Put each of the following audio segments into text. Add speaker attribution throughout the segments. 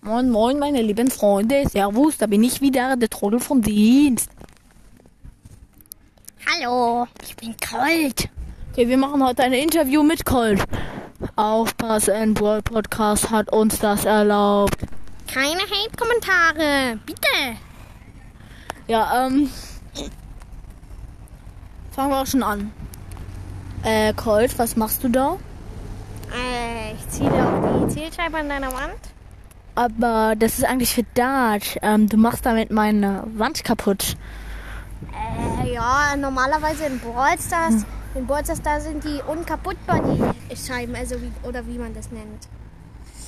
Speaker 1: Moin, moin, meine lieben Freunde. Servus, da bin ich wieder, der Trottel vom Dienst.
Speaker 2: Hallo, ich bin Colt.
Speaker 1: Okay, wir machen heute ein Interview mit Colt. Aufpassen, Brawl Podcast hat uns das erlaubt.
Speaker 2: Keine Hate-Kommentare, bitte.
Speaker 1: Ja, ähm. Fangen wir auch schon an. Äh, Colt, was machst du da?
Speaker 2: Äh, ich ziehe dir auch die Zielscheibe an deiner Wand.
Speaker 1: Aber das ist eigentlich für Dart. Ähm, du machst damit meine Wand kaputt.
Speaker 2: Äh, ja, normalerweise in Brawl Stars, in Brawl Stars, da sind die unkaputtbar, die Scheiben, also wie, oder wie man das nennt.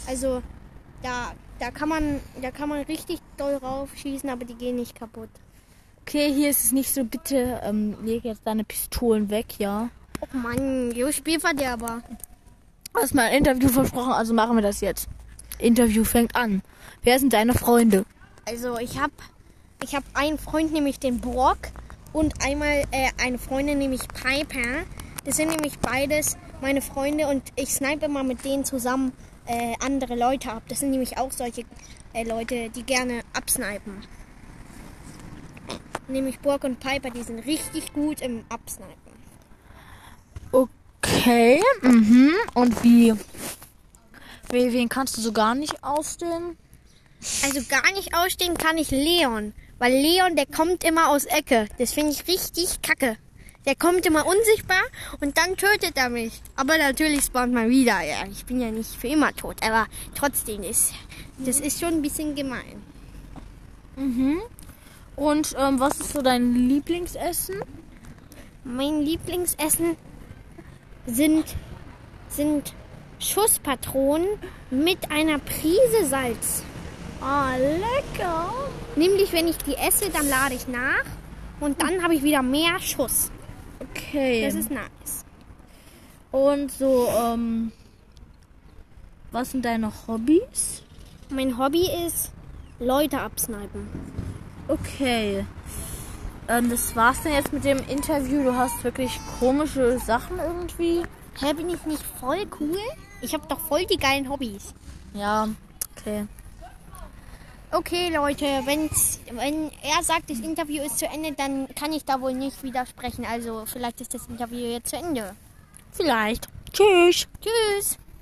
Speaker 2: Also, da, da kann man, da kann man richtig doll raufschießen, aber die gehen nicht kaputt.
Speaker 1: Okay, hier ist es nicht so. Bitte ähm, leg jetzt deine Pistolen weg, ja?
Speaker 2: Oh Mann, Jo Spielverderber.
Speaker 1: Du hast mal ein Interview versprochen, also machen wir das jetzt. Interview fängt an. Wer sind deine Freunde?
Speaker 2: Also ich habe ich hab einen Freund, nämlich den Brock, und einmal äh, eine Freundin, nämlich Piper. Das sind nämlich beides meine Freunde und ich snipe immer mit denen zusammen äh, andere Leute ab. Das sind nämlich auch solche äh, Leute, die gerne absnipen. Nämlich Brock und Piper, die sind richtig gut im Absnipen.
Speaker 1: Okay, mhm. Und wie? Wie- Wen kannst du so gar nicht ausstehen?
Speaker 2: Also gar nicht ausstehen kann ich Leon. Weil Leon, der kommt immer aus Ecke. Das finde ich richtig kacke. Der kommt immer unsichtbar und dann tötet er mich. Aber natürlich spawnt man wieder. Ja, ich bin ja nicht für immer tot. Aber trotzdem ist, das ist schon ein bisschen gemein.
Speaker 1: Und ähm, was ist so dein Lieblingsessen?
Speaker 2: Mein Lieblingsessen sind, sind Schusspatronen mit einer Prise Salz.
Speaker 1: Ah, lecker.
Speaker 2: Nämlich, wenn ich die esse, dann lade ich nach und dann habe ich wieder mehr Schuss.
Speaker 1: Okay.
Speaker 2: Das ist nice.
Speaker 1: Und so, ähm, was sind deine Hobbys?
Speaker 2: Mein Hobby ist Leute absnipen.
Speaker 1: Okay. Ähm, das war's denn jetzt mit dem Interview. Du hast wirklich komische Sachen irgendwie.
Speaker 2: Hä, bin ich nicht voll cool? Ich habe doch voll die geilen Hobbys.
Speaker 1: Ja, okay.
Speaker 2: Okay, Leute, wenn's, wenn er sagt, das Interview ist zu Ende, dann kann ich da wohl nicht widersprechen. Also vielleicht ist das Interview jetzt zu Ende.
Speaker 1: Vielleicht. Tschüss.
Speaker 2: Tschüss.